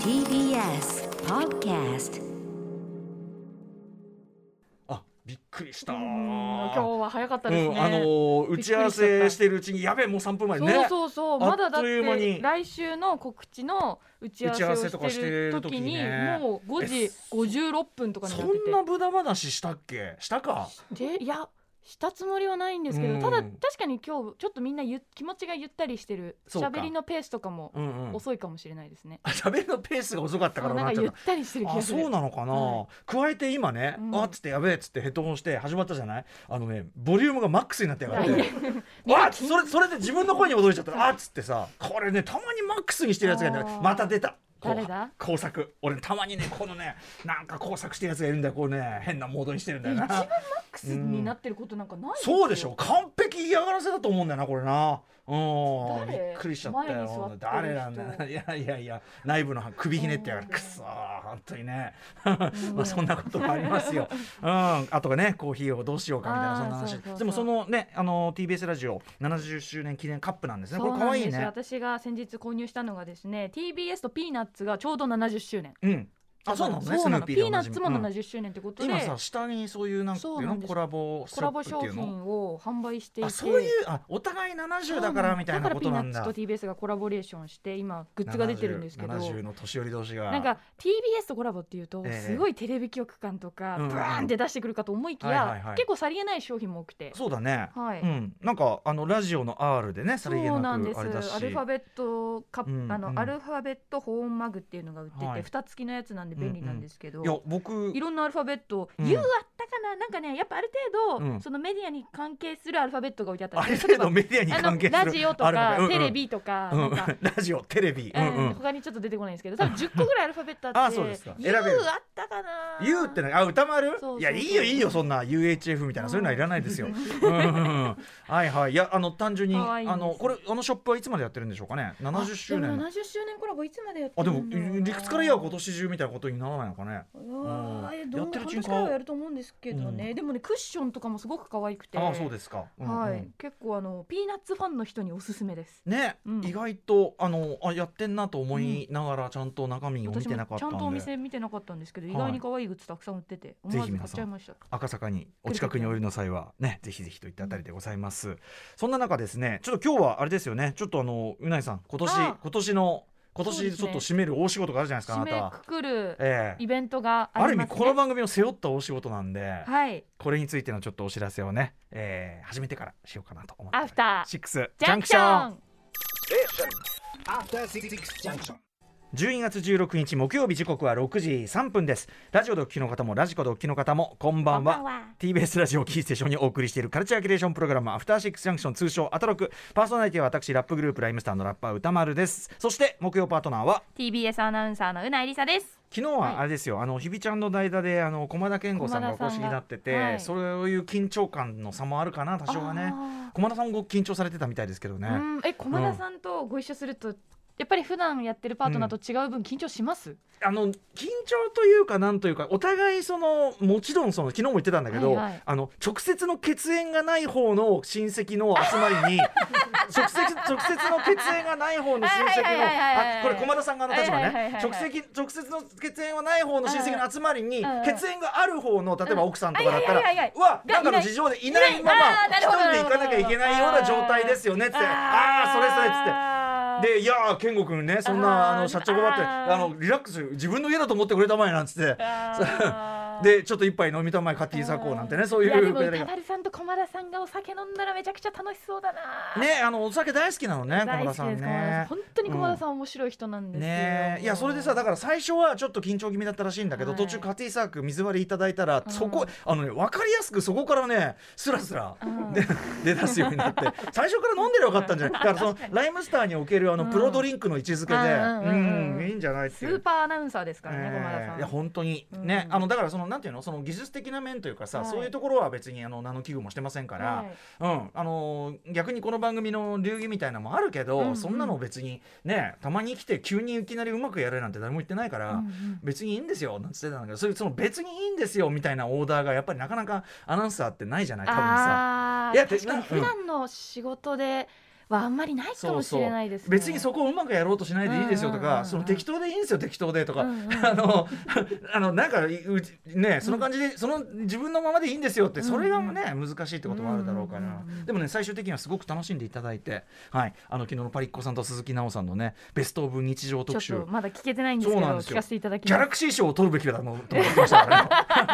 TBS Podcast あびっくりしたうん今日は早かったですね、うん、あのー打ち合わせしてるうちにやべえもう3分前ねそうそうそう、まだだっあっという間にて来週の告知の打ち合わせを打ち合わせしてる時にとかしてる時ねもう5時56分とかになっそててんな無駄話したっけしたかでいやしたつもりはないんですけど、うんただ確かに今日ちょっとみんなゆ気持ちがゆったりしてるそうか喋りのペースとかもうんうん遅いかもしれないですね、あ 喋りのペースが遅かったからうんななっんちかゃっゆったたりしてる気あがするそうなのかな、は加えて今ね、うんあっつってやべえっつってヘッドホンして始まったじゃないあのねボリュームがマックスになってやがっいやてわっそれそれで自分の声に驚いちゃったらあっつってさこれねたまにマックスにしてるやつがいるんだよあーまた出たこう誰だ工作俺たまにねこのねなんか工作してるやつがいるんだよこうね変なモードにしてるんだよ一番マなックスになってることなんかないすよそうでしょ完璧嫌がらせだと思うんだよなこれなうんび誰っくりしちゃった前に座ってよる人誰なんだよいやいやいや内部の首ひねってやがるうんくそー本当にねうんまあそんなこともありますようんあとがねコーヒーをどうしようかみたいなあーそんな話そうそうそうでもそのねあの TBS ラジオ70周年記念カップなんですねこそうれな可ん愛でいすね私が先日購入したのがですね TBS とピーナッツがちょうど70周年うんあそうなのねスヌーピーピでーおなナッじみツもうん70周年ってことで、今さ下にそういうなんていそううなのんですコラボシコョラボップっ商ていうの品を販売していてあそういうあお互い70だからみたいなことなんだだからピーナッツと TBS がコラボレーションして今グッズが出てるんですけど70 70の年寄り同士がなんか TBS とコラボっていうとええすごいテレビ局感とかうんうんブワーンって出してくるかと思いきはいはいはやい結構さりげない商品も多くてそうだね、はいうん、なんかあのラジオの R でねさりげそうななんくですあれだしアルファベットカップ、うんあのうんアルファベット保温マグっていうのが売ってて、はい蓋付きのやつなんで便利なんですけど、いや僕いろんなアルファベット、うん U あったかななんかねやっぱある程度、うんそのメディアに関係するアルファベットが置いてあったありる例え程ば度メディアにあ関の係するラジオとか、あるあるテレビとか、うんうなんんか、ラジオテレビ、ううんうんん他にちょっと出てこないんですけど多分10個ぐらいアルファベットあってあそうですか U 選べるあったかな U ってなあ歌丸そうそういやいいよいいよそんな UHF みたいなそういうのはいらないですよ。うんうんうんうんはいはいいやあの単純に可愛いんであすのこれあのショップはいつまでやってるんでしょうかねあ70周でも年70周年コラボいつまでやってあでるもんだろうな理屈から言えば今年中みたいなことにならないのかね。わーうんどやってるうちに半年からはやると思うんですけどね、うでもねクッションとかもすごく可愛くてああそうですか。うんうんはい、結構あのピーナッツファンの人におすすめですね、うん意外とあのあやってんなと思いながらちゃんと中身を見私てもなかっちたゃんで、んとお店見てなかったんですけど、はい意外に可愛いグッズたくさん売ってて思わず買っちゃいました赤坂にお近くにお寄りの際はねぜひぜひといったあたりでございます、そんな中ですねちょっと今日はあれですよねちょっとあのうないさん今年あ今年の今そう年ですちねょっと締める大仕事があるじゃないですか、締あなためはくくるええイベントがああるり意ま味すこのね番組を背負った大仕事なんで、はいこれについてのちょっとお知らせをね、えー、始めてからしようかなと思っておりアますフターシックスジジャャンンククシショョンン After Six Junction. 12月16日木曜日時刻は6時3分ですラジオでお聞きの方もラジコでお聞きの方もこんばんはこんばんは TBS ラジオをキーステーションにお送りしているカルチャーキュレーションプログラムアフターシックスジャンクション通称アトロクパーソナリティは私ラップグループライムスターのラッパー歌丸ですそして木曜パートナーは TBS アナウンサーのうなえりさです昨日はあれですよ、あの日比ちゃんの代打であの駒田健吾さんがお越しになってて、駒田さんがはいそういう緊張感の差もあるかな多少はねあ駒田さんも緊張されてたみたいですけどね、ーうんえ駒田さんとご一緒すると、やっぱり普段やってるパートナーと違う分緊張します、あの緊張というかなんというかお互いそのもちろんその昨日も言ってたんだけど、はいはいあの直接の血縁がない方の親戚 の集まりに直接直接の血縁がない方の親戚はいのはいはいはいはいあこれ駒田さん側の立場はいはいはいねはい直接直接の血縁はない方の親戚の集まりにうんうん血縁がある方の例えば奥さんとかだったうんらはいはいはいはいはがなんかのいない事情でいないまいないまあーな一るほど人で行かなきゃいけないような状態ですよねっつってああーそれそれっつって。っで、いやー、健吾君ね、そんあな、ーあの、社長がばって、あーあの、リラックス、自分の家だと思ってくれたまえなんつって。 で、ちょっと一杯飲みたまえ、買っていさこうなんてね、そういやでうもくだり歌が。丸さんと駒田さんがお酒飲んだらめちゃくちゃ楽しそうだな、ね、あの、お酒大好きなのね、大小好田きさでんす駒田さんね。本当に駒田さん面白い人なんですよ、ねえいやそれでさだから最初はちょっと緊張気味だったらしいんだけど、はい途中カティサーク水割りいただいたら、うんそこあのね分かりやすくそこからねスラスラ うんで出だすようにな って最初から飲んでりゃよかったんじゃないだからそのライムスターにおけるあのうんプロドリンクの位置づけで、うんうんうんうんうんいいんじゃないってスいうーパーアナウンサーですからね、駒田えさーんいや本当にうんね、あのだからそのなんていうのその技術的な面というかさ、はいそういうところは別にあの何の危惧もしてませんから、はいうんあのー逆にこの番組の流儀みたいなのもあるけど、うんうんそんなの別にねたまに来て急にいきなりうまくやれなんて誰も言ってないから。うんうん別にいいんですよなんて言ってたんだけどそれその別にいいんですよみたいなオーダーがやっぱりなかなかアナウンサーってないじゃない多分さあーいやで確かにうん普段の仕事で、はあんまりないかもしれないですね。別にそこをうまくやろうとしないでいいですよとうんうんうんうかんその適当でいいんですよ適当でとか、うんうん あのあのなんかうちねその感じで、その自分のままでいいんですよってそれがね難しいってこともあるだろうから、うんうんうんでもね最終的にはすごく楽しんでいただいて、はい、あの昨日のパリッコさんと鈴木奈緒さんのねベスト・オブ日常特ちょっ集とまだ聞けてないんですけどそうなんです聞よかせていただきギャまラクシー賞を取るべきだと思ってましたから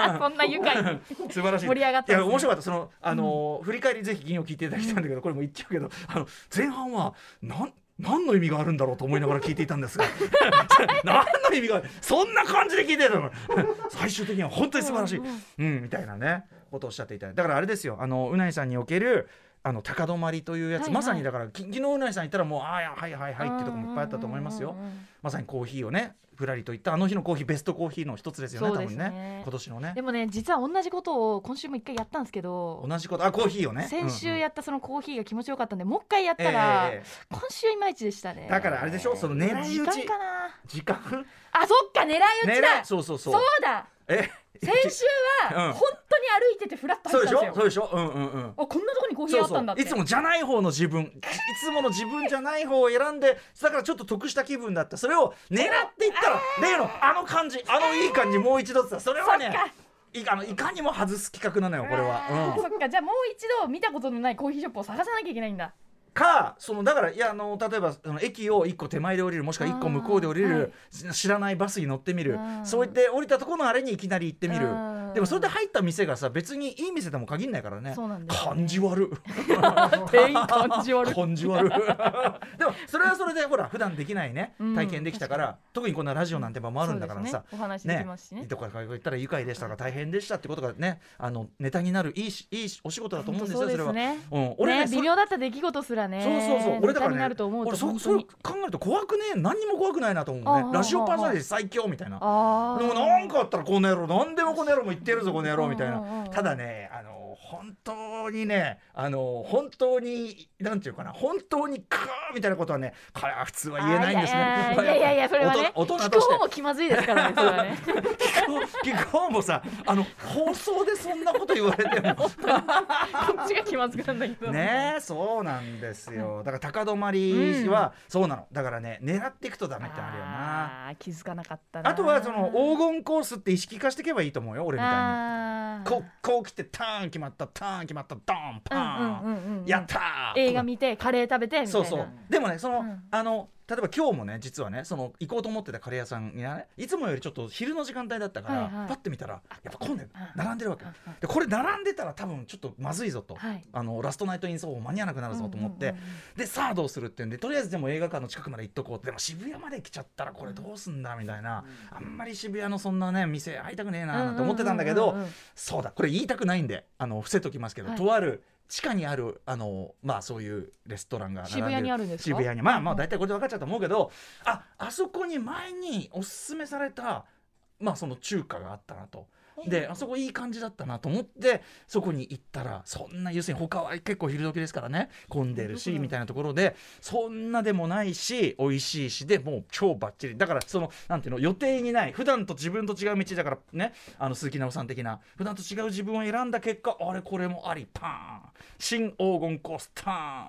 ね。す。 こんな愉快に。素晴らしい盛り上がっていますやね面白かったそのあのー、振り返りぜひ銀を聞いていただきたいんだけど、これも言っちゃうけどあの前半はなん何の意味があるんだろうと思いながら聞いていたんですが 何の意味があるそんな感じで聞いてたの 最終的には本当に 素晴らしい、うん、みたいなねことをおっしゃっていただいてだからあれですよあのうないさんにおけるあの高止まりというやつ、はいはいまさにだからき昨日うないさん行ったらもうああいやはいはいはいってとこもいっぱいあったと思いますよ、うんうんうんうんまさにコーヒーをねふらりといったあの日のコーヒーベストコーヒーの一つですよねそう多です分ねね今年のねでもね実は同じことを今週も一回やったんですけど。同じことあコーヒーをね先週うんやったそのコーヒーが気持ちよかったんで、もう一回やっええたら、ええ今週いまいちでしたねだからあれでしょその狙い撃ち時間かな時 間あそっか狙い撃ちだいそうそうそうそうだえ先週うはん本当に歩いててフラッとそ入うっでたしんょですそうよでしょうんうんうんあこんなとこにコーヒーそあうったんだそっうていつもじゃない方の自分いつもの自分じゃない方を選んでだからちょっと得した気分だったそれを狙っていったら例のあの感じあのいい感じもう一度ってさそれはねいあのいかにも外す企画なのよこれは、うん、そっかじゃあもう一度見たことのないコーヒーショップを探さなきゃいけない んだかそのだからいやあの例えばあの駅を1個手前で降りるもしくは1個向こうで降りあーはるい、し知らないバスに乗ってみるあーそう言って降りたところのあれにいきなり行ってみるうんでもそれで入った店がさ別にいい店でも限んないからねそうなんですよね感じ悪店員感じ悪い感じ悪 でもそれはそれでほら普段できないねうん体験できたから特にこんなラジオなんて場もあるんだからさそうですねお話できねますしいねいとこから言ったら愉快でしたとか大変でしたってことがねあのネタになるいいしいいしお仕事だと思うんですよ本当それそうですは。ねうん、俺ねねそ微妙だった出来事すらねそうそうそう俺だかネタにらなねると思う俺とそ本そう当考にえると怖くねえ何にも怖くないなと思あうああねあラジオパーソナリティ最強みたいなあでーもなんかあったらこの野郎何でもこの野郎も言ってるぞこの野郎みたいうんうんうんなうんただねあの本当にねあの本当になんていうかな本当にカーみたいなことはねこれは普通は言えないんですねあ ーいやいやいやいやそれはね大人大人聞とくして方も気まずいですからねそれ はね聞く方もさあの放送でそんなこと言われて もこっちが気まずくなんだけどねえそうなんですよだから高止まりはそうなのだからね狙っていくとダメってあるよなあー気づかなかったなあとはその黄金コースって意識化していけばいいと思うよ俺みたいにあーここう来てターン決まったターン決まったドーンパうんうんうんうーんンやったー映画見てカレー食べてみたいなそうそうでもねその、うんあの例えば今日もね実はねその行こうと思ってたカレー屋さんにねいつもよりちょっと昼の時間帯だったから、はいはいパッて見たらやっぱ混んでるあ並んでるわけでこれ並んでたら多分ちょっとまずいぞと、はいあのラストナイトイン奏法間に合わなくなるぞと思って、うんうんうんでさあどうするっていうんでとりあえずでも映画館の近くまで行っとこうってでも渋谷まで来ちゃったらこれどうすんだみたいな、あんまり渋谷のそんなね店会いたくねえなーなんて思ってたんだけど、うんうんうんうんうんそうだこれ言いたくないんであの伏せときますけど、はいとある地下にあるあのまあそういうレストランが並んで渋谷にあるんですか渋谷にまあまあ大体これで分かっちゃうと思うけど、ああそこに前におすすめされたまあその中華があったなと。であそこいい感じだったなと思ってそこに行ったらそんな要するに他は結構昼時ですからね混んでるしなるほどみたいなところでそんなでもないし美味しいしでもう超バッチリだからそのなんていうの予定にない普段と自分と違う道だからねあの鈴木奈緒さん的な普段と違う自分を選んだ結果あれこれもありパーン新黄金コースターン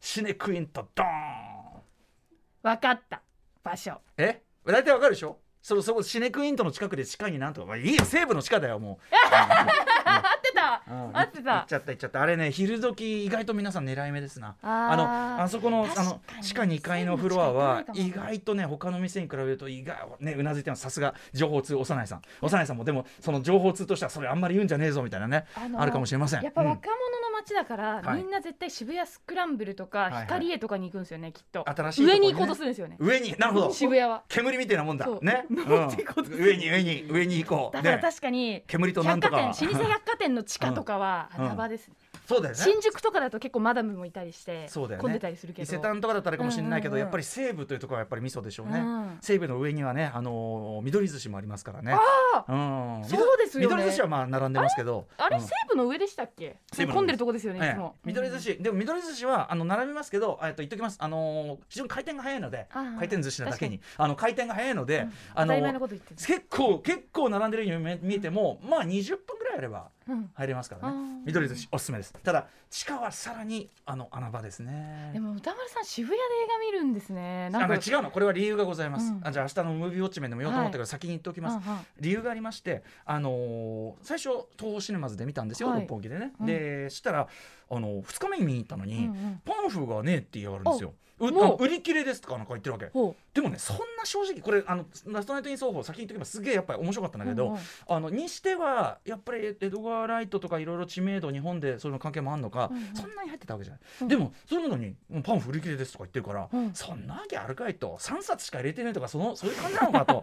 シネクイントドーンわかった場所え大体わかるでしょそのそこシネクイントの近くで地下になんとか、まあ、いいよ西部の地下だよもう。 合ってた合って行ったちゃった行っちゃったあれね昼時意外と皆さん狙い目ですなあーあのあそこのあの確かに地下2階のフロアはそういうの意近くな外とねいかも他の店に比べると意外ねうなずいてますさすが情報通幼いさん幼いさんもでもその情報通としてはそれあんまり言うんじゃねえぞみたいなねあのあるかもしれませんやっぱうん若者の街だから、はいみんな絶対渋谷スクランブルといはいか光栄とかに行くんですよね、きっと新しいとこにね上に行こうとするんですよね上になるほど渋谷は煙みたいなもんだそうね、うん上に上に上に行こうだからね確かに、煙となん百と貨か店老舗百貨店の地下とかはうん穴場ですね、そうだよね新宿とかだと結構マダムもいたりしてそうだよね混んでたりするけ伊ど勢丹とかだったらかもしれないけど、うんうんうんやっぱり西部というところはやっぱり味噌でしょうね、うん西部の上にはね、あのー緑寿司もありますからねうん、そうですよね緑寿司はまあ並んでますけどあれ、うん西武の上でしたっけ西武の上混んでるとこですよねいえつもえ、、緑寿司、でも緑寿司はあの並びますけど、えっと言っときます、あのー非常に回転が早いのであー、回転寿司なだけに、あの回転が早いので、あ当のたり前のーこと言ってる結構結構並んでるように見え見えても、まあ20分ぐらいらいあればうん入れますからあねー緑寿司おすすめですただ地下はさらにあの穴場ですねでも歌丸さん渋谷で映画見るんですねあなんのか違うのこれは理由がございます、うんあじゃあ明日のムービーウォッチメンでも言おうと思ったけど、は先に言っておきうます、んうん理由がありまして、あのー最初東宝シネマズで見たんですよ、はい六本木でね、うんでしたら、あの2日目に見に行ったのに、うんうんパンフがねえって言いやがるんですようもうあの売り切れですとかなんか言ってるわけほでもねそんな正直これあのラストナイトイン奏法先に言っとけばすげえやっぱり面白かったんうだけど、うんうんあのにしてはやっぱり江戸川ライトとかいろいろ知名度日本でそういうの関係もあるのか、うんうんそんなに入ってたわけじゃない、うんでもそういうのにもうパンフ売り切れですとか言ってるから、うんそんなわけあるかいと3冊しか入れてないとかそのそう いう感じなのか と。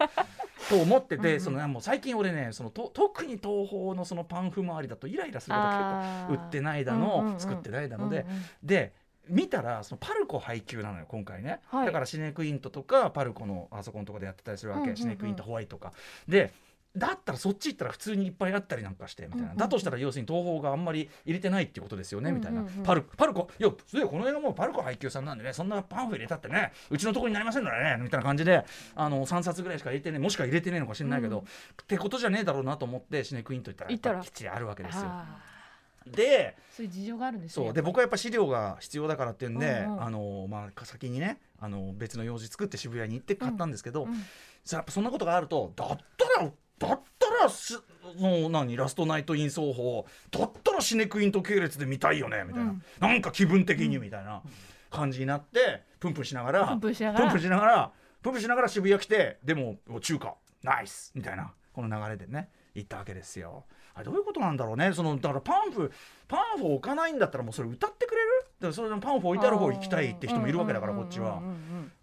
と思ってて、うんうんそのもう最近俺ねそのと特に東宝のそのパンフ周りだとイライラすることがあ結構売ってないだの、作ってないだので、で見たらそのパルコ配給なのよ今回ね、はいだからシネクイントとかパルコのあそこのとこでやってたりするわけ、うんうんうんシネクイントホワイトとかでだったらそっち行ったら普通にいっぱいあったりなんかしてみたいな、うんうんうんだとしたら要するに東宝があんまり入れてないっていうことですよね、みたいなうんうんうんパルコパルコいやそれこの映画もうパルコ配給さんなんでねそんなパンフ入れたってねうちのとこになりませんからねみたいな感じであの3冊ぐらいしか入れてねもしか入れてねえのか知らないけど、うんってことじゃねえだろうなと思ってシネクイント行ったらやっぱ行ったりらきっちりあるわけですよ。あでーそういう事情があるんですねそうで僕はやっぱ資料が必要だからっていうんで、うんうんあのまあ、先にねあの別の用事作って渋谷に行って買ったんですけど、うんうんさやっぱそんなことがあるとだったらだったらすの何ラストナイトイン奏法だったらシネクイント系列で見たいよねみたいな、うんなんか気分的にみたいな感じになってプンプンしながらプンプンしながらプンプンしながらプンプンしながら渋谷来てでも中華ナイスみたいなこの流れでね行ったわけですよ。あれどういうことなんだろうねそのだからパンフパンフを置かないんだったらもうそれ歌ってくれるだからそれでもパンフ置いてある方行きたいって人もいるわけだからうんうこんっうんちうんは。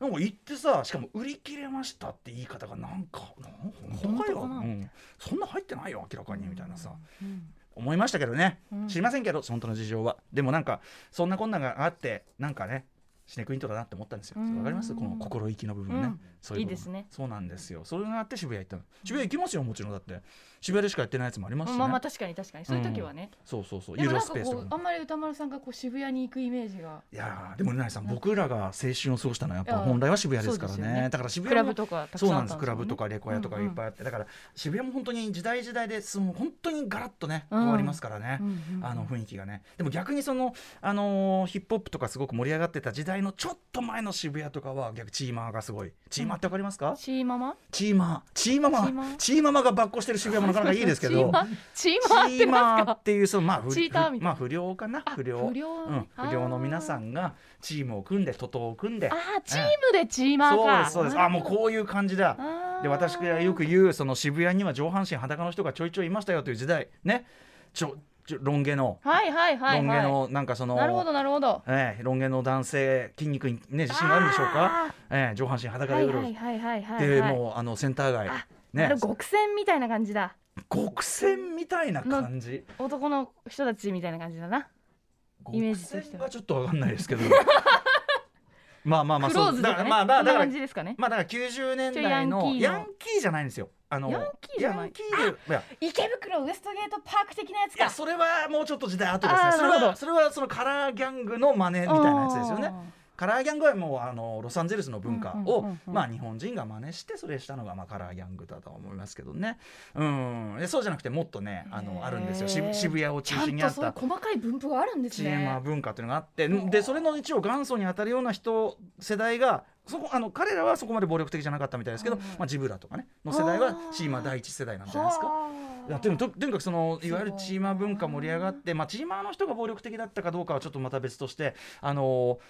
なんか言ってさしかも売り切れましたって言い方がなんかなん本当かよ、う、本当かなんそんな入ってないよ明らかにみたいなさ、うん思いましたけどね、うん知りませんけど本当の事情はでもなんかそんなこんながあってなんかねシネクイントだなって思ったんですようんわかりますこの心意気の部分ね、うんそういう部分いいですねそうなんですよそれがあって渋谷行ったの渋谷行きますよもちろんだって渋谷でしかやってないやつもありますし、ねまあまあ確かに確かにそういう時はね、そうそうそうでユーもロなんスかペースとこかうもあんまり歌丸さんがこう渋谷に行くイメージがいやーでもねなにさん僕らが青春を過ごしたのはやっぱ本来は渋谷ですからいねやそうですよねだから渋ク谷ラもブとかたくそうさんなあんっですたんですよねクラブとかレコヤとかいっぱいあって、だから渋谷も本当に時代時代でその本当にガラッとね、うん変わりますからね、うんうんうんあの雰囲気がねでも逆にその、あのーヒップホップとかすごく盛り上がってた時代のちょっと前の渋谷とかは逆チーマーがすごいチーマーってわかりますか、チーママチーマーチーママチーマーチーママがバッコしてる渋谷もなかなかいいですけチーどマチーチマってーマますーかっていうそのまあ不チーターみたいなまあ不良かなあ 不良不良うねん、不良の皆さんがチームを組んで徒党を組んであーチームでチーマーそうでかすそうですあもうこういう感じだあーで私がよく言うその渋谷には上半身裸の人がちょいちょいいましたよという時代ねちょちょロン毛の、はいはいはいロン毛はのなんかそいのなるほどなるほどええロン毛の男性筋肉にね自信があるんでしょうか、ええ上半身裸はでいうろはういろはいはいはいではいもうあのセンター街あなねるほど極戦みたいな感じだ極戦みたいな感じ男の人たちみたいな感じだなイメー極ジとして戦ははちょっとわかんないですけど まあまあまあクローうズとだからかねまあまあそんだなから感じですかねまあだから90年代ちのょいヤヤンンキーのキーじゃないんですよあのヤンキーじゃないヤンキーでいや池袋ウエストゲートパーク的なやついやかそれはもうちょっと時代後ですあねーそれなるほはどそれはそのカラーギャングの真似みたいなやつですよねカラーギャングはもうあのロサンゼルスの文化を、うんうんうんうんまあ、日本人が真似してそれしたのが、まあ、カラーギャングだとは思いますけどねうんでそうじゃなくてもっとねあへのーあるんですよ渋渋谷をち中ゃ心んにあとっそういうた細かい分布があるんですチーマーね文化というのがあってでそれの一応元祖に当たるような人世代がそこあの彼らはそこまで暴力的じゃなかったみたいですけど、はいはいまあ、ジブラとかねの世代はあーチーマー第一世代なんじゃないですか。いやはでもととにかくそのいわゆるすごいチーマー文化盛り上がって、まあ、チーマーの人が暴力的だったかどうかはちょっとまた別としてあの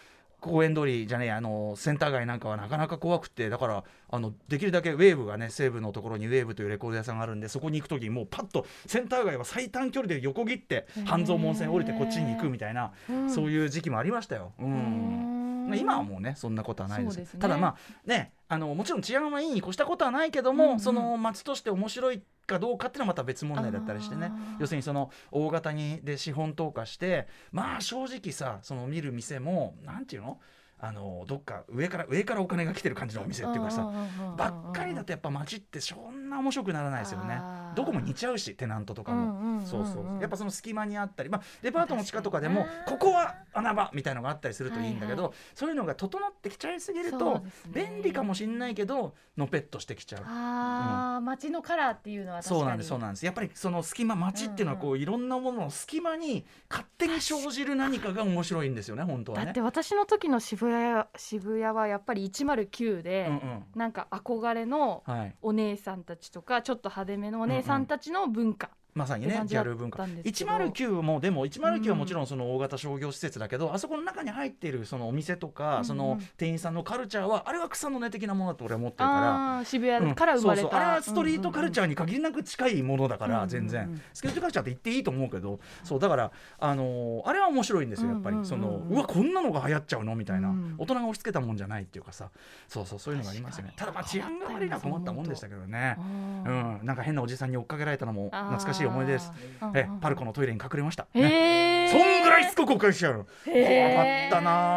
公園通りじゃねえやあのセンター街なんかはなかなか怖くてだからあのできるだけウェーブがね西部のところにウェーブというレコード屋さんがあるんでそこに行く時にもうパッとセンター街は最短距離で横切ってへー半蔵門線降りてこっちに行くみたいな、うんそういう時期もありましたよ。うあんまあ、今はもうねそんなことはないですそうですねただまあねあのもちろん治安はいいに越したことはないけども、うんうんその街として面白いかどうかっていうのはまた別問題だったりしてねあー要するにその大型にで資本投下してまあ正直さその見る店もなんていうのあのどっか上から上からお金が来てる感じのお店っていうかさばっかりだととやっぱ街ってそんな面白くならないですよね。うどこも似ちゃうしテナントとかも、うんうんうんうんそうそうやっぱその隙間にあったり、まあ、デパートの地下とかでも確かこにこは穴場みたいのがあったりするといいんだけど、はそういうのが整ってきちゃいすぎるそうと、ですね便利かもしれないけどのぺっとしてきちゃう。ああ、街のカラーっていうのは確かにそうなんですそうなんですやっぱりその隙間街っていうのはこう、いろんなものの隙間に勝手に生じる何かが面白いんですよね本当はだっねて。私の時の渋谷渋谷はやっぱり109で、うんなんか憧れのうんはい、お姉さんたちとかちょっと派手めのお姉さんたちの文化、まさにってね感じギだャったル文化んですけど109もでも109はもちろんその大型商業施設だけど、あそこの中に入っているそのお店とか、うんその店員さんのカルチャーはあれは草の根的なものだと俺は思ってるから。ああー渋うん谷から生まれそうた、そうあれはストリートカルチャャーーに限りなく近いものだから、うん全然、うんうんストリートカルチャーって言っていいと思うけどそうだから、あのーあれは面白いんですよやっぱり、うんうんうんそのうわこんなのが流行っちゃうのみたいな、うん大人が押し付けたもんじゃないっていうかさそうそうそういうのがありますよねただまあ治安が悪いのは困ったもんでしたけどね、う、うんなんか変なおじさんに追っかけられたのも懐かしい思い出です。えパルコのトイレに隠れました、へねえそんぐらいしつこくお返しちゃうの怖かったな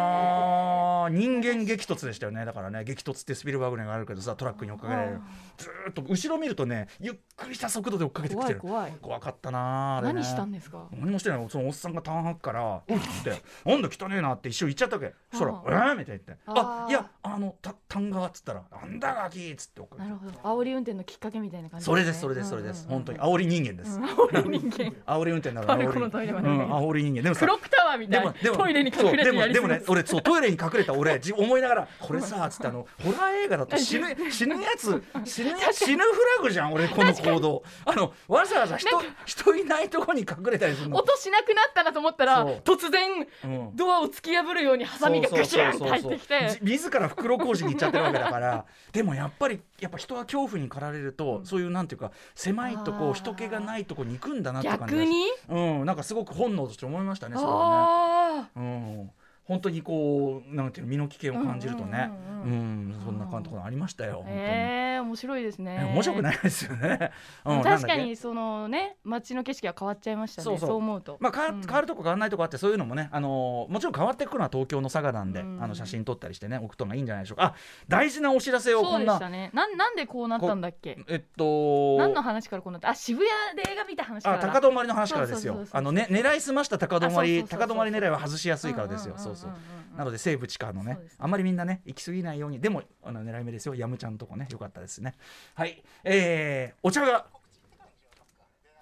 あ人間激突でしたよねだからね激突ってスピルバーグにがあるけどさトラックに追っかけられるずーっと後ろ見るとねゆっくりした速度で追っかけてき怖ている怖い怖かったなああれね何したんですか何もしてないそのおっさんがターンハックから「うっ」って「なんだ汚ねえな」って一瞬言っちゃったわけそしたらあ「えーみたいに言って「ああーいやあのたタンガー」っつったら「なんだガキ」っつって追っかけなてるほど煽り運転のきっかけみたいな感じそれですそれですそれです本当に煽り人間です煽 り人間煽り運転だから煽パり ルコのトイレまうでん煽り人間でもさクロックタワーみでたいもなでもトイレに隠れそうでてやもりですもぎね俺そうトイレに隠れた俺じ思いながらこれさつってあのホラー映画だと死ぬ死ぬやつ死ぬ死ぬフラグじゃん俺この行動あのわざわざ人人いないとこに隠れたりするの。音しなくなったなと思ったらそう突然うんドアを突き破るようにハサミがガシュンって入ってきそうそうそうてそうじ自ら袋小路に行っちゃってるわけだからでもやっぱりやっぱ人は恐怖に駆られるとそういうなんていうか狭いとあこー人気がないとこに行くんだなって感じが逆しにうんなんかすごく本能として思いましたねそれはね。ああうん、本当にこうなんていうの身の危険を感じるとね、うんううんんそんな感じのところありましたよ、本当に。ええ面白いですえね面白くないですよ ね。うん確か。なんだっけにそのね街の景色は変わっちゃいましたねそうそうそう思うとまあ、かうん変わるとこ変わらないとこあってそういうのもね、あのーもちろん変わっていくのは東京の佐賀なんで、うんあの写真撮ったりしてね置くとがいいんじゃないでしょうかあ大事なお知らせをそこうんでな、したねなんなんでこうなったんだっけえっと何の話からこうなったあ渋谷で映画見た話かあらだ高止まりの話からですそうよそうそうそうあの、ね、狙いすました高止まありそうそうそう高止まり狙いは外しやすいからですよ、うんうんうそんうんうそうなので西武地下のねそうですねあんまりみんなね行き過ぎないようにでもあの狙い目ですよやむちゃんとこねよかったですねはいえー、お茶が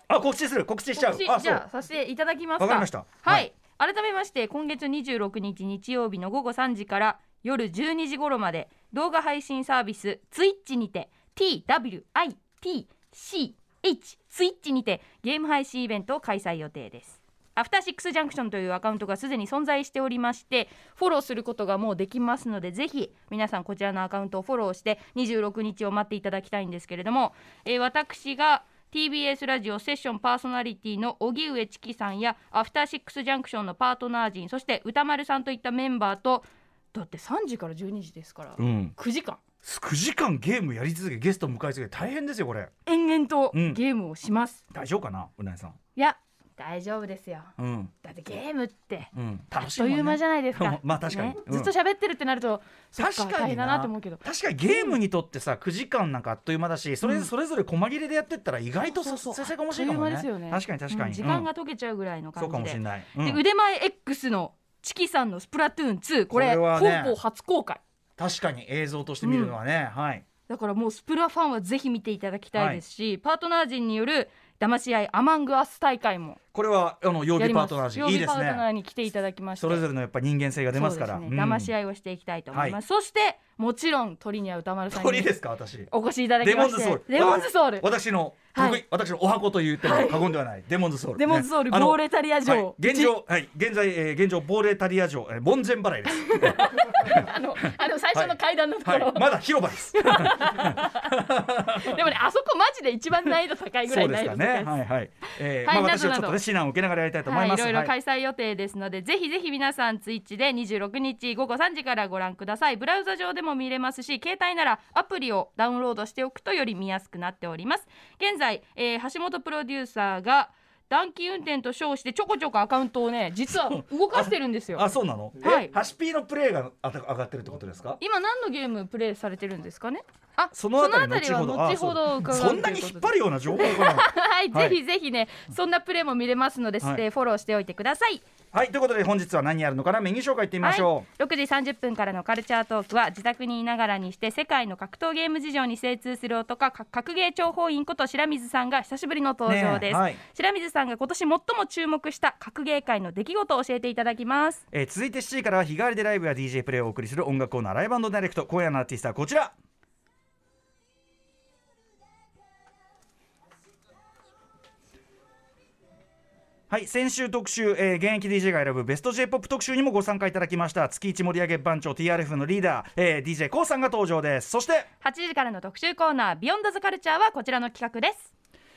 あ告知する告知しちゃう告知あじそゃうあさせていただきますかわかりましたはい、改めまして今月26日日曜日の午後3時から夜12時頃まで動画配信サービス Twitch にて TWITCH ツイッチにてゲーム配信イベントを開催予定ですアフターシックスジャンクションというアカウントがすでに存在しておりましてフォローすることがもうできますのでぜひ皆さんこちらのアカウントをフォローして26日を待っていただきたいんですけれども、えー私が TBS ラジオセッションパーソナリティの荻上チキさんやアフターシックスジャンクションのパートナー陣そして歌丸さんといったメンバーとだって3時から12時ですから、うん9時間9時間ゲームやり続けゲストを迎え続け大変ですよこれ延々とうんゲームをします、大丈夫かなうなえさんいや大丈夫ですようんだってゲームってうんあ楽っしいという間じゃゃないですか まあ確かにうんずっと喋ってるってなるとそっか確かにな大変だなと思うけど確かにゲームにとってさ9時間なんかあっという間だしそれ,、それぞれ細切れでやってったら意外とそうそうそう先生が面白いかもあっという間ですよねね確かに確かに、うん時間うがん解けちゃうぐらいの感そうじで,、かもしれない、うでん、腕前 X のチキさんの「スプラトゥーン2」これこれはね本邦初公開確かに映像として見るのはね、はいだからもうスプラファンはぜひ見ていただきたいですし、パートナー陣による騙し合いアマングアス大会もこれはあの曜や日りパーますトナー陣曜いい日でパすートナーねに来ていただきましてそれぞれのやっぱ人間性が出ますからそうですね騙しい合いをしていきたいと思います、そしてもちろん鳥には歌丸さん鳥にですか私お越しいただきましてデモンズソウルレモンズソウル私のはい得意私のお箱と言っても過言ではないデモンズソウルデモンズソウルねあのボーレタリア城はい現状はい現在えー現状ボーレタリア城えー門前払いです あのあの最初の階段のとこはいろ、まだ広場ですでもねあそこマジで一番難易度高いぐらそいですかう難易度ね高いですはいはいえーはまあいな私どはなちょどっとね指南を受けながらやりたいと思はいい、まいすろいはろい開催予定ですので、ぜひぜひ皆さんツイッチで26日午後3時からご覧くださいブラウザ上でも見れますし携帯ならアプリをダウンロードしておくとより見やすくなっております現在、えー橋本プロデューサーが暖気運転と称してちょこちょこアカウントをね実は動かしてるんですよあそうなの、ははいい、ハシピーのプレーがあた上がってるってことですか今何のゲームプレイされてるんですかねあそのあたりそのあたりは後ほど伺うそんなに引っ張りるような情報かな はい、はいぜひぜひねそんなプレイも見れますので、はいえーフォローしておいてくださいはいということで本日は何やるのかなメニュー紹介いってみましょはい、6時30分からのカルチャートークは自宅にいながらにして世界の格闘ゲーム事情に精通する男か格ゲー諜報員こと白水さんが久しぶりの登場です、ねえはい白水さんが今年最も注目した格ゲー界の出来事を教えていただきますう、えー続いて7時からは日替わりでライブや DJ プレイをお送りする音楽コーナーライブダイレクト今夜のアーティストはこちらはい先週特集、えー現役 DJ が選ぶベスト j p o p 特集にもご参加いただきました月一盛り上げ番長 TRF のリーダー、えー、d j k o さんが登場ですそして8時からの特集コーナービヨンドズカルチャーはこちらの企画です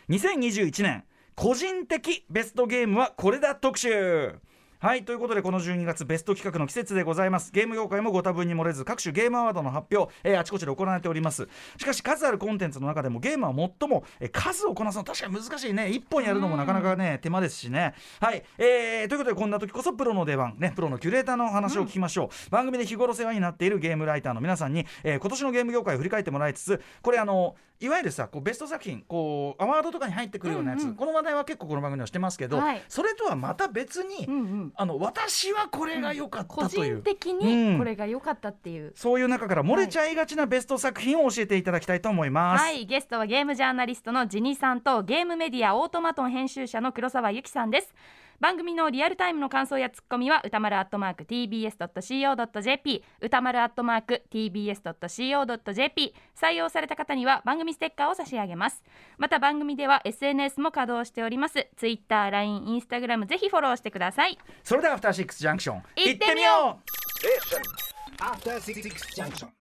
2021年個人的ベストゲームはこれだ特集はいということでこの12月ベスト企画の季節でございますゲーム業界もご多分に漏れず各種ゲームアワードの発表、えーあちこちで行われておりますしかし数あるコンテンツの中でもゲームは最も、えー数をこなすの確かに難しいね1本やるのもなかなかね手間ですしねはい、えーということでこんな時こそプロの出番ねプロのキュレーターの話を聞きましょう、番組で日頃世話になっているゲームライターの皆さんに、えー今年のゲーム業界を振り返ってもらいつつこれあのいわゆるさこうベスト作品こうアワードとかに入ってくるようなやつ、この話題は結構この番組ではしてますけど、はいそれとはまた別に、うんうんあの私はこれが良かっ個たという、人的うにんこれが良かったっていう、そういう中から漏れちゃいがちなベスト作品を教えていただきたいと思います。はいゲストはゲームジャーナリストのジニさんとゲームメディアオートマトン編集者の黒沢由紀さんです番組のリアルタイムの感想やツッコミは歌丸アットマーク tbs.co.jp 歌丸アットマーク tbs.co.jp 採用された方には番組ステッカーを差し上げますまた番組では SNS も稼働しております Twitter、LINE、Instagram ぜひフォローしてくださいそれではアフターシックスジャンクション行ってみよう行っ Station. After Six Junction.